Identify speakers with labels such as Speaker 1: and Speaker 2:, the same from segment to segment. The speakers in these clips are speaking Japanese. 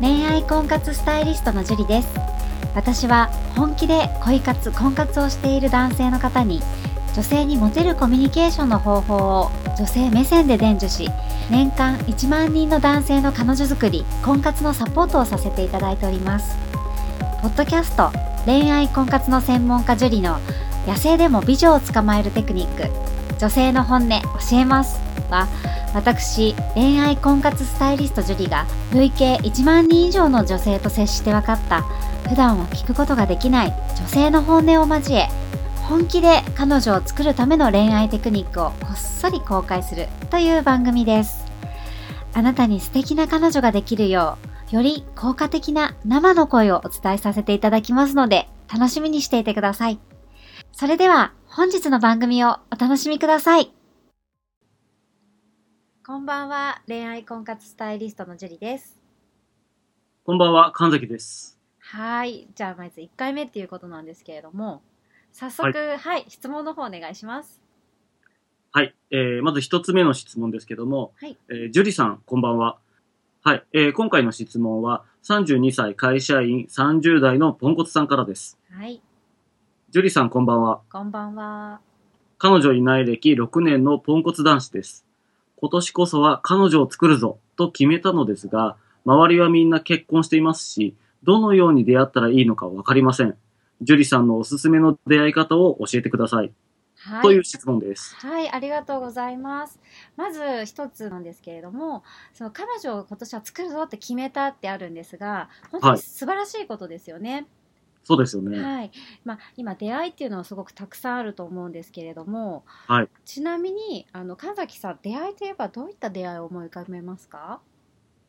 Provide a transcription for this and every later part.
Speaker 1: 恋愛婚活スタイリストのジュリです私は本気で恋活婚活をしている男性の方に女性にモテるコミュニケーションの方法を女性目線で伝授し年間1万人の男性の彼女作り婚活のサポートをさせていただいておりますポッドキャスト恋愛婚活の専門家ジュリの野生でも美女を捕まえるテクニック女性の本音教えますは私恋愛婚活スタイリストジュリが累計1万人以上の女性と接して分かった普段は聞くことができない女性の本音を交え本気で彼女を作るための恋愛テクニックをこっそり公開するという番組ですあなたに素敵な彼女ができるようより効果的な生の声をお伝えさせていただきますので楽しみにしていてくださいそれでは本日の番組をお楽しみくださいこんばんは恋愛婚活スタイリストのジュリです
Speaker 2: こんばんは、神崎です。
Speaker 1: はいじゃあまず1回目っていうことなんですけれども早速はい、質問の方お願いします
Speaker 2: はい、えーまず一つ目の質問ですけども、
Speaker 1: はい
Speaker 2: えージュリさん、こんばんは。はい、えー今回の質問は、32歳会社員30代のポンコツさんからです。
Speaker 1: はい
Speaker 2: ジュリさん、こんばんは。
Speaker 1: こんばんは
Speaker 2: 彼女いない歴6年のポンコツ男子です。今年こそは彼女を作るぞと決めたのですが、周りはみんな結婚していますし、どのように出会ったらいいのかわかりません。ジュリさんのおすすめの出会い方を教えてください。
Speaker 1: はい
Speaker 2: という質問です。
Speaker 1: はい、ありがとうございます。まず一つなんですけれども、その彼女を今年は作るぞって決めたってあるんですが、本当
Speaker 2: は
Speaker 1: に
Speaker 2: い
Speaker 1: 素晴らしいことですよね。
Speaker 2: そうですよ
Speaker 1: はい。
Speaker 2: ね。
Speaker 1: まあ今出会いっていうのはすごくたくさんあると思うんですけれども、
Speaker 2: はい
Speaker 1: ちなみにあの神崎さん出会いといえばどういった出会いを思い浮かべますか？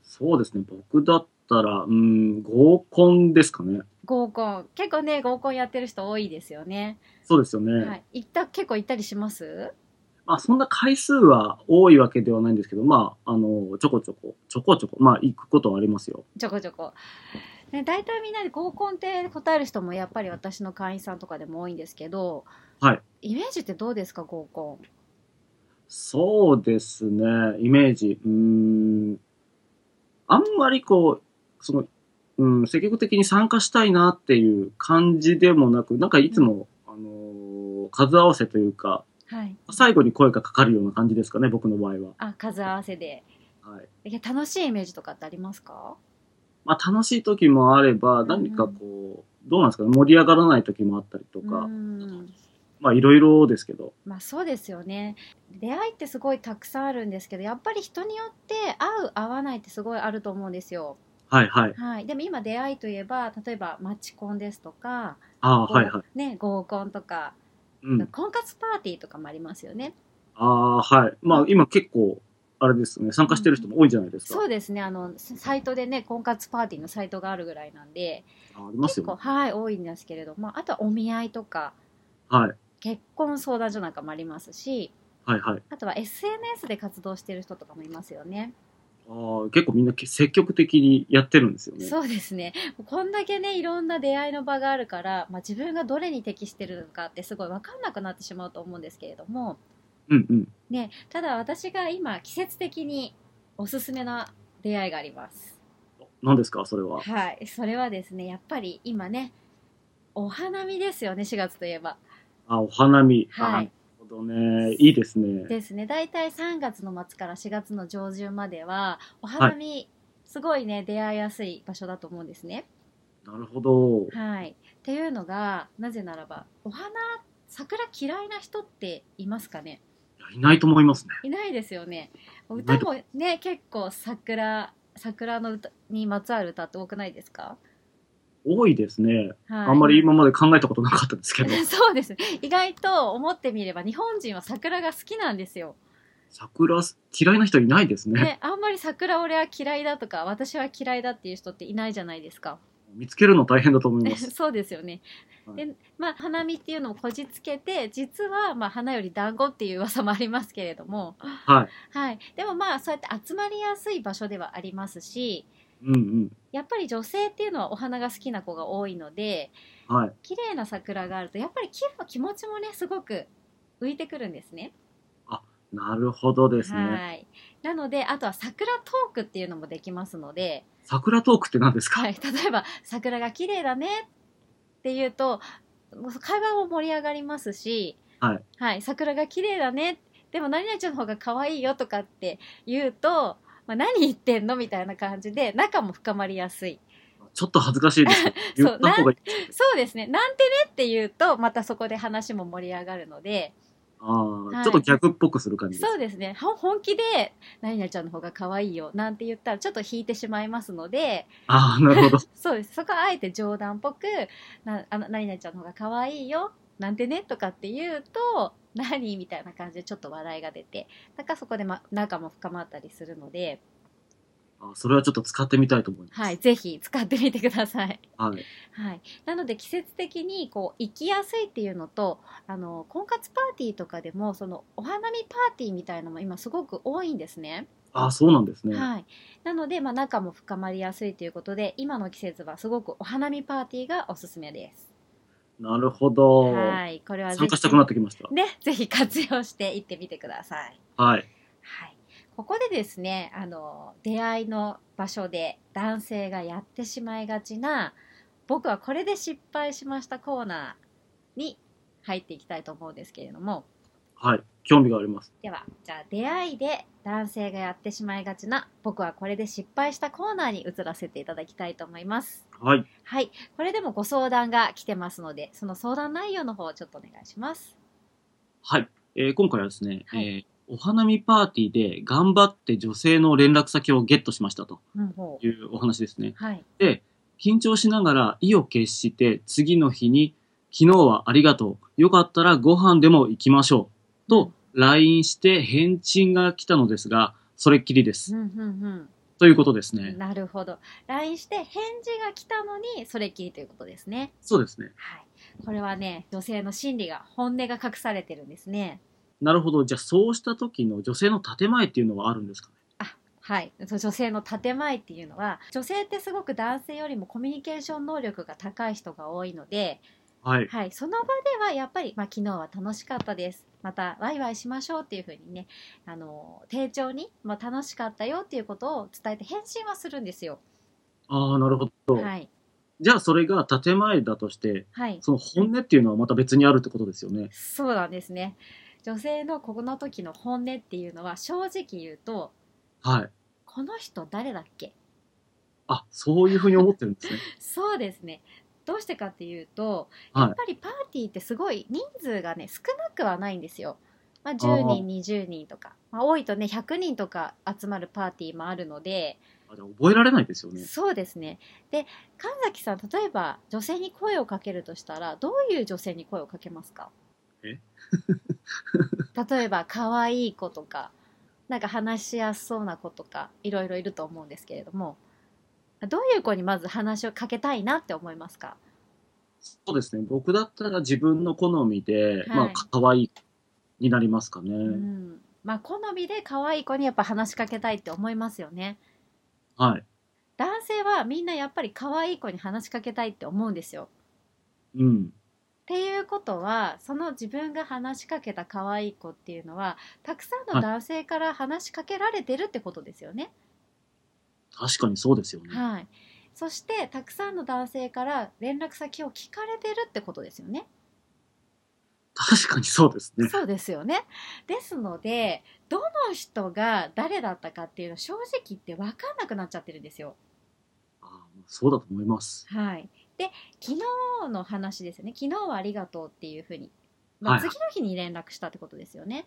Speaker 2: そうですね、僕だったら、うん、合コンですかね。
Speaker 1: 合コン、結構ね合コンやってる人多いですよね。
Speaker 2: そうですよね。
Speaker 1: はい。行った結構行ったりします？
Speaker 2: まあ、そんな回数は多いわけではないんですけど、まあ、あの、ちょこちょこ、ちょこちょこ、まあ、行くことはありますよ。
Speaker 1: ちょこちょこ。ね、大体みんなで合コンって答える人もやっぱり私の会員さんとかでも多いんですけど、
Speaker 2: はい
Speaker 1: イメージってどうですか合コン
Speaker 2: そうですね、イメージ。うん、あんまりこう、その、うん、積極的に参加したいなっていう感じでもなく、なんかいつも、あの、数合わせというか、
Speaker 1: はい
Speaker 2: 最後に声がかかるような感じですかね、僕の場合は。
Speaker 1: あ数合わせで
Speaker 2: はい。
Speaker 1: いや楽しいイメージとかってありますか
Speaker 2: まあ、楽しい時もあれば、
Speaker 1: ん
Speaker 2: 何かこう、どうなんですかね、盛り上がらない時もあったりと
Speaker 1: う
Speaker 2: か、
Speaker 1: ん
Speaker 2: まあ、いろいろですけど、
Speaker 1: まあそうですよね出会いってすごいたくさんあるんですけどやっぱり人によって合う合わないってすごいあると思うんですよ、
Speaker 2: はいはい。
Speaker 1: はい、でも今出会いといえば例えばマチコンですとか、
Speaker 2: ああー、はい
Speaker 1: こ
Speaker 2: はい。
Speaker 1: うね、合コンとか、
Speaker 2: うん。
Speaker 1: 婚活パーティーとかもありますよね
Speaker 2: ああ、はい。まあ、今結構、あれですね、参加してる人も多いんじゃないですか。
Speaker 1: そうですねあのサイトでね婚活パーティーのサイトがあるぐらいなんで
Speaker 2: あありま
Speaker 1: 結
Speaker 2: す
Speaker 1: 構
Speaker 2: よ、ね。
Speaker 1: はい多いんですけれどもあとはお見合いとか
Speaker 2: はい。
Speaker 1: 結婚相談所なんかもありますし
Speaker 2: はいはい。
Speaker 1: あとは SNS で活動してる人とかもいますよね。
Speaker 2: ああ、結構みんなけ積極的にやってるんですよね。
Speaker 1: そうですねこんだけねいろんな出会いの場があるから、まあ、自分がどれに適してるのかってすごい分かんなくなってしまうと思うんですけれども、
Speaker 2: うんうん。
Speaker 1: ね、ただ私が今季節的におすすめな出会いがあります。
Speaker 2: 何ですか、それは。
Speaker 1: はい、それはですね、やっぱり今ね、お花見ですよね、4月といえば。
Speaker 2: ああ、お花見。あ
Speaker 1: は
Speaker 2: あ
Speaker 1: い
Speaker 2: なるほどね。いいですね。
Speaker 1: ですね、大体3月の末から4月の上旬までは、お花見、すごいね、出会いやすい場所だと思うんですね。
Speaker 2: なるほど。
Speaker 1: はい。っていうのが、なぜならば、お花、桜嫌いな人っていますかね
Speaker 2: いやいないと思いますね。
Speaker 1: いないですよね。
Speaker 2: いな
Speaker 1: 歌
Speaker 2: いと
Speaker 1: もね、結構桜、桜の歌にまつわる歌って多くないですか、
Speaker 2: 多いです
Speaker 1: は
Speaker 2: ね。
Speaker 1: い、
Speaker 2: あんまり今まで考えたことなかったですけど。
Speaker 1: そうです意外と思ってみれば日本人は桜が好きなんですよ、
Speaker 2: 桜嫌いな人いないですね。
Speaker 1: ね、あんまり桜俺は嫌いだとか私は嫌いだっていう人っていないじゃないですか
Speaker 2: 見つけるの大変だと思います。
Speaker 1: そうですよね、
Speaker 2: はい
Speaker 1: でまあ花見っていうのをこじつけて実はまあ花より団子っていう噂もありますけれども、
Speaker 2: はい。
Speaker 1: はい、でもまあそうやって集まりやすい場所ではありますし
Speaker 2: うん
Speaker 1: やっぱり女性っていうのはお花が好きな子が多いので
Speaker 2: うん。はい。
Speaker 1: 綺麗な桜があるとやっぱり気分気持ちもねすごく浮いてくるんですね。
Speaker 2: なるほどですね。
Speaker 1: はい。なので、あとは桜トークっていうのもできますので、
Speaker 2: 桜トークって何ですか、
Speaker 1: はい、 例えば桜が綺麗だねって言うともう会話も盛り上がりますし、
Speaker 2: はい
Speaker 1: 桜が綺麗だねでも何々ちゃんの方が可愛いよとかって言うと、まあ、何言ってんのみたいな感じで仲も深まりやすい
Speaker 2: ちょっと恥ずかしいですけど
Speaker 1: そう
Speaker 2: 言った方がいい。
Speaker 1: そうですねなんてねって言うとまたそこで話も盛り上がるので
Speaker 2: あ
Speaker 1: は
Speaker 2: あ、
Speaker 1: い
Speaker 2: ちょっと逆っぽくする感じです。
Speaker 1: そうですねほ本気で何々ちゃんの方が可愛いよなんて言ったらちょっと引いてしまいますので
Speaker 2: ああ、なるほど。
Speaker 1: そうです。そこはあえて冗談っぽく、な、あの、何々ちゃんの方が可愛いよ、なんてね、とかって言うと、何みたいな感じでちょっと笑いが出て、なんかそこで、ま、仲も深まったりするので、
Speaker 2: あそれはちょっと使ってみたいと思います。
Speaker 1: はい、ぜひ使ってみてください。
Speaker 2: はい。
Speaker 1: はい。なので季節的に、こう、行きやすいっていうのと、あの、婚活パーティーとかでも、その、お花見パーティーみたいのも今すごく多いんですね。
Speaker 2: ああ、そうなんですね。
Speaker 1: はい、なので、まあ、仲も深まりやすいということで今の季節はすごくお花見パーティーがおすすめです。
Speaker 2: なるほど。
Speaker 1: はい、これはぜひ
Speaker 2: 参加したくなってきました。
Speaker 1: ね、ぜひ活用していってみてください。
Speaker 2: はい。
Speaker 1: はい、ここでですねあの出会いの場所で男性がやってしまいがちな僕はこれで失敗しましたコーナーに入っていきたいと思うんですけれども
Speaker 2: はい。興味があります。
Speaker 1: ではじゃあ出会いで男性がやってしまいがちな僕はこれで失敗したコーナーに移らせていただきたいと思います
Speaker 2: はい。
Speaker 1: はいこれでもご相談が来てますのでその相談内容の方をちょっとお願いします
Speaker 2: はい。えー今回はですね、
Speaker 1: はい
Speaker 2: えーお花見パーティーで頑張って女性の連絡先をゲットしましたと
Speaker 1: うんほう
Speaker 2: いうお話ですね。
Speaker 1: はい
Speaker 2: で、緊張しながら意を決して次の日に、昨日はありがとう。よかったらご飯でも行きましょう。と、LINE して返信が来たのですが、それっきりで
Speaker 1: う
Speaker 2: す。
Speaker 1: んうん
Speaker 2: ということです
Speaker 1: うん
Speaker 2: ね。
Speaker 1: なるほど LINE して返事が来たのにそれっきりということですね
Speaker 2: そうですね。
Speaker 1: はいこれはね女性の心理が本音が隠されてるんですね
Speaker 2: なるほど。じゃあ、そうした時の女性の建前っていうのはあるんですかね。
Speaker 1: はい、そう女性の建前っていうのは女性ってすごく男性よりもコミュニケーション能力が高い人が多いので、
Speaker 2: はい。
Speaker 1: はい、その場ではやっぱり、まあ、昨日は楽しかったですまたワイワイしましょうっていうふうにねあの丁重に、まあ、楽しかったよっていうことを伝えて返信はするんですよ。
Speaker 2: ああ、なるほど。
Speaker 1: はい、
Speaker 2: じゃあ、それが建前だとして、
Speaker 1: はい、
Speaker 2: その本音っていうのはまた別にあるってことですよね。
Speaker 1: そうなんですね女性のこの時の本音っていうのは正直言うと
Speaker 2: はい。
Speaker 1: この人誰だっけ
Speaker 2: あ、そういうふうに思ってるんですね。
Speaker 1: そうですねどうしてかっていうと
Speaker 2: はい
Speaker 1: やっぱりパーティーってすごい人数がね少なくはないんですよ、まあ、10人20人とか、まあ、多いとね100人とか集まるパーティーもあるので
Speaker 2: あでも覚えられないですよね。
Speaker 1: そうですねで神崎さん例えば女性に声をかけるとしたらどういう女性に声をかけますか
Speaker 2: え
Speaker 1: 例えば可愛い子とかなんか話しやすそうな子とかいろいろいると思うんですけれどもどういう子にまず話をかけたいなって思いますか
Speaker 2: そうですね。僕だったら自分の好みで、
Speaker 1: い
Speaker 2: まあ、可愛いになりますかね。
Speaker 1: うんまあ好みで可愛い子にやっぱ話しかけたいって思いますよね
Speaker 2: はい。
Speaker 1: 男性はみんなやっぱり可愛い子に話しかけたいって思うんですよ
Speaker 2: うん。
Speaker 1: っていうことはその自分が話しかけた可愛い子っていうのはたくさん
Speaker 2: は
Speaker 1: の
Speaker 2: い
Speaker 1: 男性から話しかけられてるってことですよね。
Speaker 2: 確かにそうですよね。
Speaker 1: はい、そしてたくさんの男性から連絡先を聞かれてるってことですよね。
Speaker 2: 確かにそうですね。
Speaker 1: そうですよね。ですのでどの人が誰だったかっていうのは正直言って分かんなくなっちゃってるんですよ。
Speaker 2: あそうだと思います。
Speaker 1: はい、で昨日の話ですよね昨日はありがとうっていうふうに、まあ、
Speaker 2: はい
Speaker 1: 次の日に連絡したってことですよね。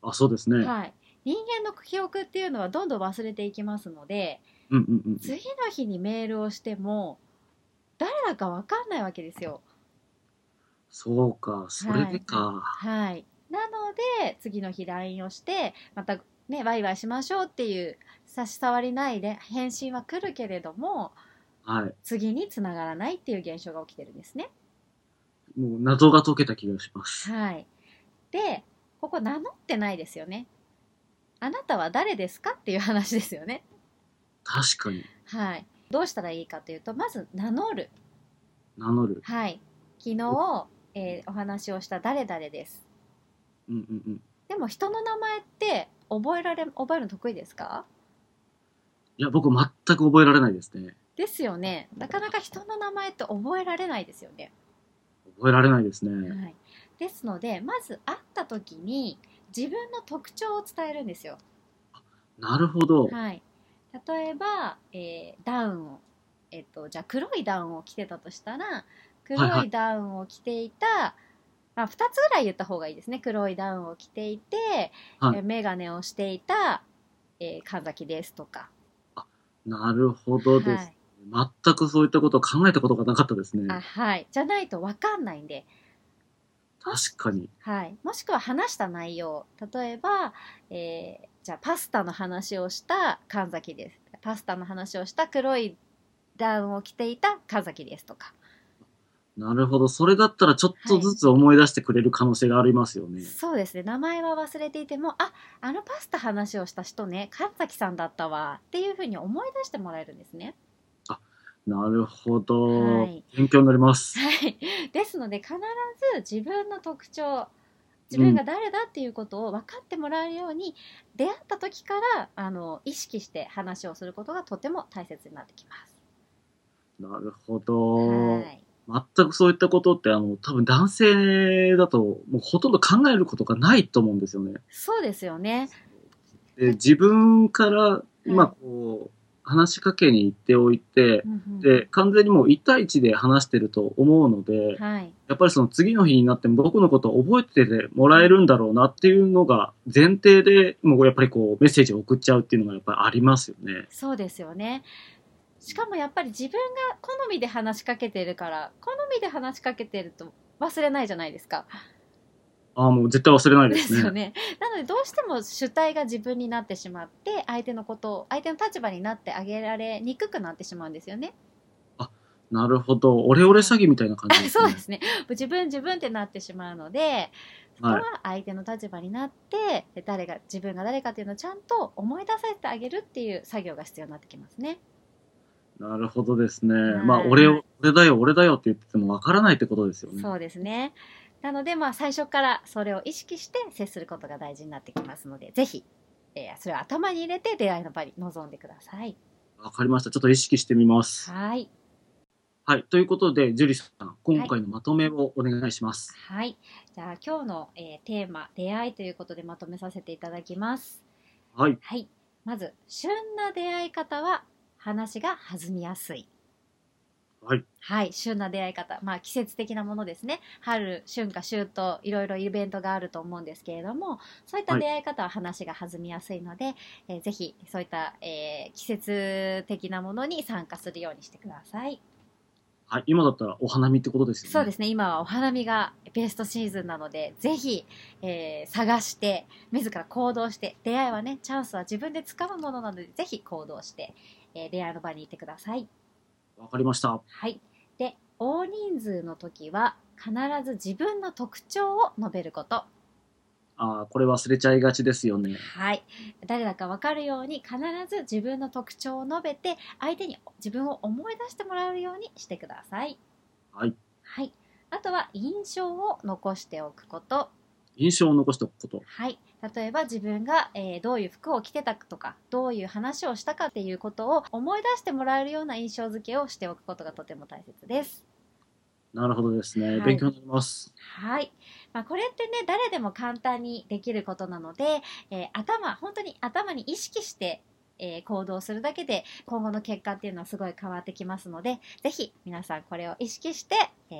Speaker 2: あ、そうですね。
Speaker 1: はい、人間の記憶っていうのはどんどん忘れていきますので
Speaker 2: うんうんうん。
Speaker 1: 次の日にメールをしても誰だか分かんないわけですよ。
Speaker 2: そうか、それでか。
Speaker 1: はい、なので次の日 LINE をしてまたねワイワイしましょうっていう差し障りない、ね、返信は来るけれども
Speaker 2: はい。
Speaker 1: 次につながらないっていう現象が起きてるんですね。
Speaker 2: もう謎が解けた気がします。
Speaker 1: はい、でここ名乗ってないですよね。あなたは誰ですかっていう話ですよね。
Speaker 2: 確かに。
Speaker 1: はい、どうしたらいいかというとまず名乗る、
Speaker 2: 名乗る。
Speaker 1: はい、昨日、えーお話をした誰々です
Speaker 2: うんうんうん。
Speaker 1: でも人の名前って覚えられ覚えるの得意ですか
Speaker 2: いや、僕全く覚えられないですね。
Speaker 1: ですよね。なかなか人の名前って覚えられないですよね。
Speaker 2: 覚えられないですね。
Speaker 1: はい、ですのでまず会った時に自分の特徴を伝えるんですよ。
Speaker 2: なるほど。
Speaker 1: はい、例えば、えーダウンを、えっとじゃあ黒いダウンを着てたとしたら
Speaker 2: はい
Speaker 1: 黒
Speaker 2: はい
Speaker 1: いダウンを着ていた、まあ、2つぐらい言った方がいいですね黒いダウンを着ていて、
Speaker 2: はい
Speaker 1: えー眼鏡をしていた、えー神崎ですとか。
Speaker 2: なるほどです、
Speaker 1: はい
Speaker 2: 全くそういったことを考えたことがなかったですね。
Speaker 1: あはい、じゃないと分かんないんで、
Speaker 2: 確かに。
Speaker 1: はい、もしくは話した内容例えば、えーじゃあパスタの話をした神崎ですパスタの話をした黒いダウンを着ていた神崎ですとか、
Speaker 2: なるほど。それだったらちょっとずつ思い出してくれる可能性がありますよね。
Speaker 1: そうですね名前は忘れていてもああのパスタ話をした人ね神崎さんだったわっていうふうに思い出してもらえるんですね。
Speaker 2: なるほど、
Speaker 1: はい
Speaker 2: 勉強になります。
Speaker 1: はい、 ですので必ず自分の特徴自分が誰だっていうことを分かってもらえるように、出会った時からあの意識して話をすることがとても大切になってきます。
Speaker 2: なるほど
Speaker 1: は。い、
Speaker 2: 全くそういったことって、あの、多分男性だと、もうほとんど考えることがないと思うんですよね。
Speaker 1: そうですよね。
Speaker 2: で、自分から、今
Speaker 1: はい
Speaker 2: こう、話しかけに行っておいて、
Speaker 1: うんうん
Speaker 2: で、完全にもう1対1で話してると思うので、
Speaker 1: はい、
Speaker 2: やっぱりその次の日になっても僕のことを覚えててもらえるんだろうなっていうのが前提で、もうやっぱりこうメッセージを送っちゃうっていうのがやっぱりありますよね。
Speaker 1: そうですよね。しかもやっぱり自分が好みで話しかけてるから好みで話しかけてると忘れないじゃないですか。
Speaker 2: ああ、もう絶対忘れないで
Speaker 1: ですす
Speaker 2: ね。
Speaker 1: よね。なのでどうしても主体が自分になってしまって相手のことを相手の立場になってあげられにくくなってしまうんですよね。
Speaker 2: なるほど。オレオレ詐欺みたいな感じです
Speaker 1: そう
Speaker 2: ね
Speaker 1: で。すね。自分自分ってなってしまうのでそこは相手の立場になってで誰が自分が誰かっていうのをちゃんと思い出させてあげるっていう作業が必要になってきますね。
Speaker 2: なるほどですね。
Speaker 1: はい
Speaker 2: まあ、俺を、俺だよ、俺だよって言っててもわからないってことですよね。
Speaker 1: そうですね。なので、まあ、最初からそれを意識して接することが大事になってきますので、ぜひ、えーそれを頭に入れて出会いの場に臨んでください。
Speaker 2: わかりました。ちょっと意識してみます。
Speaker 1: はい。
Speaker 2: はい。ということで、ジュリさん、今回のまとめをお願いします。
Speaker 1: はい。じゃあ、今日の、えーテーマ、出会いということでまとめさせていただきます。
Speaker 2: はい。
Speaker 1: はい。まず、旬な出会い方は、話が弾みやすい。
Speaker 2: はい。
Speaker 1: はい、旬な出会い方、まあ、季節的なものですね春春夏秋冬いろいろイベントがあると思うんですけれどもそういった
Speaker 2: はい
Speaker 1: 出会い方は話が弾みやすいので、えーぜひそういった、えー季節的なものに参加するようにしてください、
Speaker 2: はい。今だったらお花見ってことですよね。。
Speaker 1: そうですすね今はお花見がベストシーズンなのでぜひ、えー探して自ら行動して出会いはねチャンスは自分で掴むものなのでぜひ行動して、えー出会いの場にいてください
Speaker 2: わかりました。
Speaker 1: はい。で、大人数の時は必ず自分の特徴を述べること。
Speaker 2: ああ、これ忘れちゃいがちですよね。
Speaker 1: はい。誰だかわかるように必ず自分の特徴を述べて相手に自分を思い出してもらえるようにしてください。
Speaker 2: はい。
Speaker 1: はい。あとは印象を残しておくこと。
Speaker 2: 印象を残しておくこと。
Speaker 1: はい。例えば自分が、えーどういう服を着てたとか、どういう話をしたかっていうことを思い出してもらえるような印象付けをしておくことがとても大切です。
Speaker 2: なるほどですね。
Speaker 1: はい
Speaker 2: 勉強になります。
Speaker 1: はい、まあ、これってね誰でも簡単にできることなので、えー頭本当に頭に意識して、えー行動するだけで今後の結果っていうのはすごい変わってきますのでぜひ皆さんこれを意識して、えー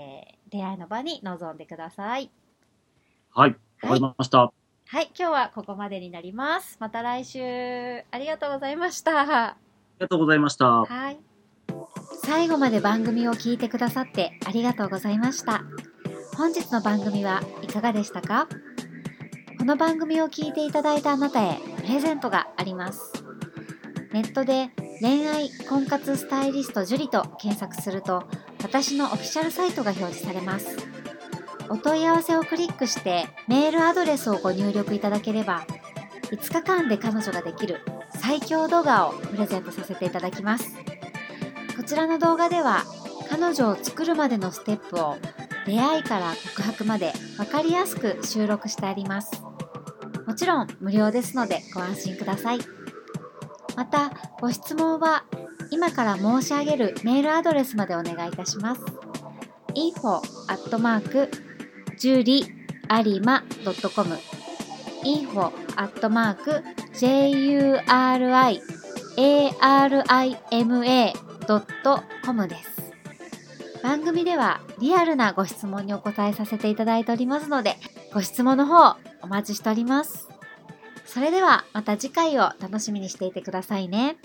Speaker 1: 出会いの場に臨んでください。
Speaker 2: はい。わかりました。
Speaker 1: はい、今日はここまでになります。また来週ありがとうございました。
Speaker 2: ありがとうございました。
Speaker 1: はい、
Speaker 3: 最後まで番組を聞いてくださってありがとうございました本日の番組はいかがでしたかこの番組を聞いていただいたあなたへプレゼントがありますネットで恋愛婚活スタイリスト樹里と検索すると私のオフィシャルサイトが表示されますお問い合わせをクリックしてメールアドレスをご入力いただければ5日間で彼女ができる最強動画をプレゼントさせていただきますこちらの動画では彼女を作るまでのステップを出会いから告白まで分かりやすく収録してありますもちろん無料ですのでご安心ください
Speaker 1: またご質問は今から申し上げるメールアドレスまでお願いいたします info アットマーク juriarima.com info アットマーク juriarima.com です番組ではリアルなご質問にお答えさせていただいておりますのでご質問の方お待ちしておりますそれではまた次回を楽しみにしていてくださいね。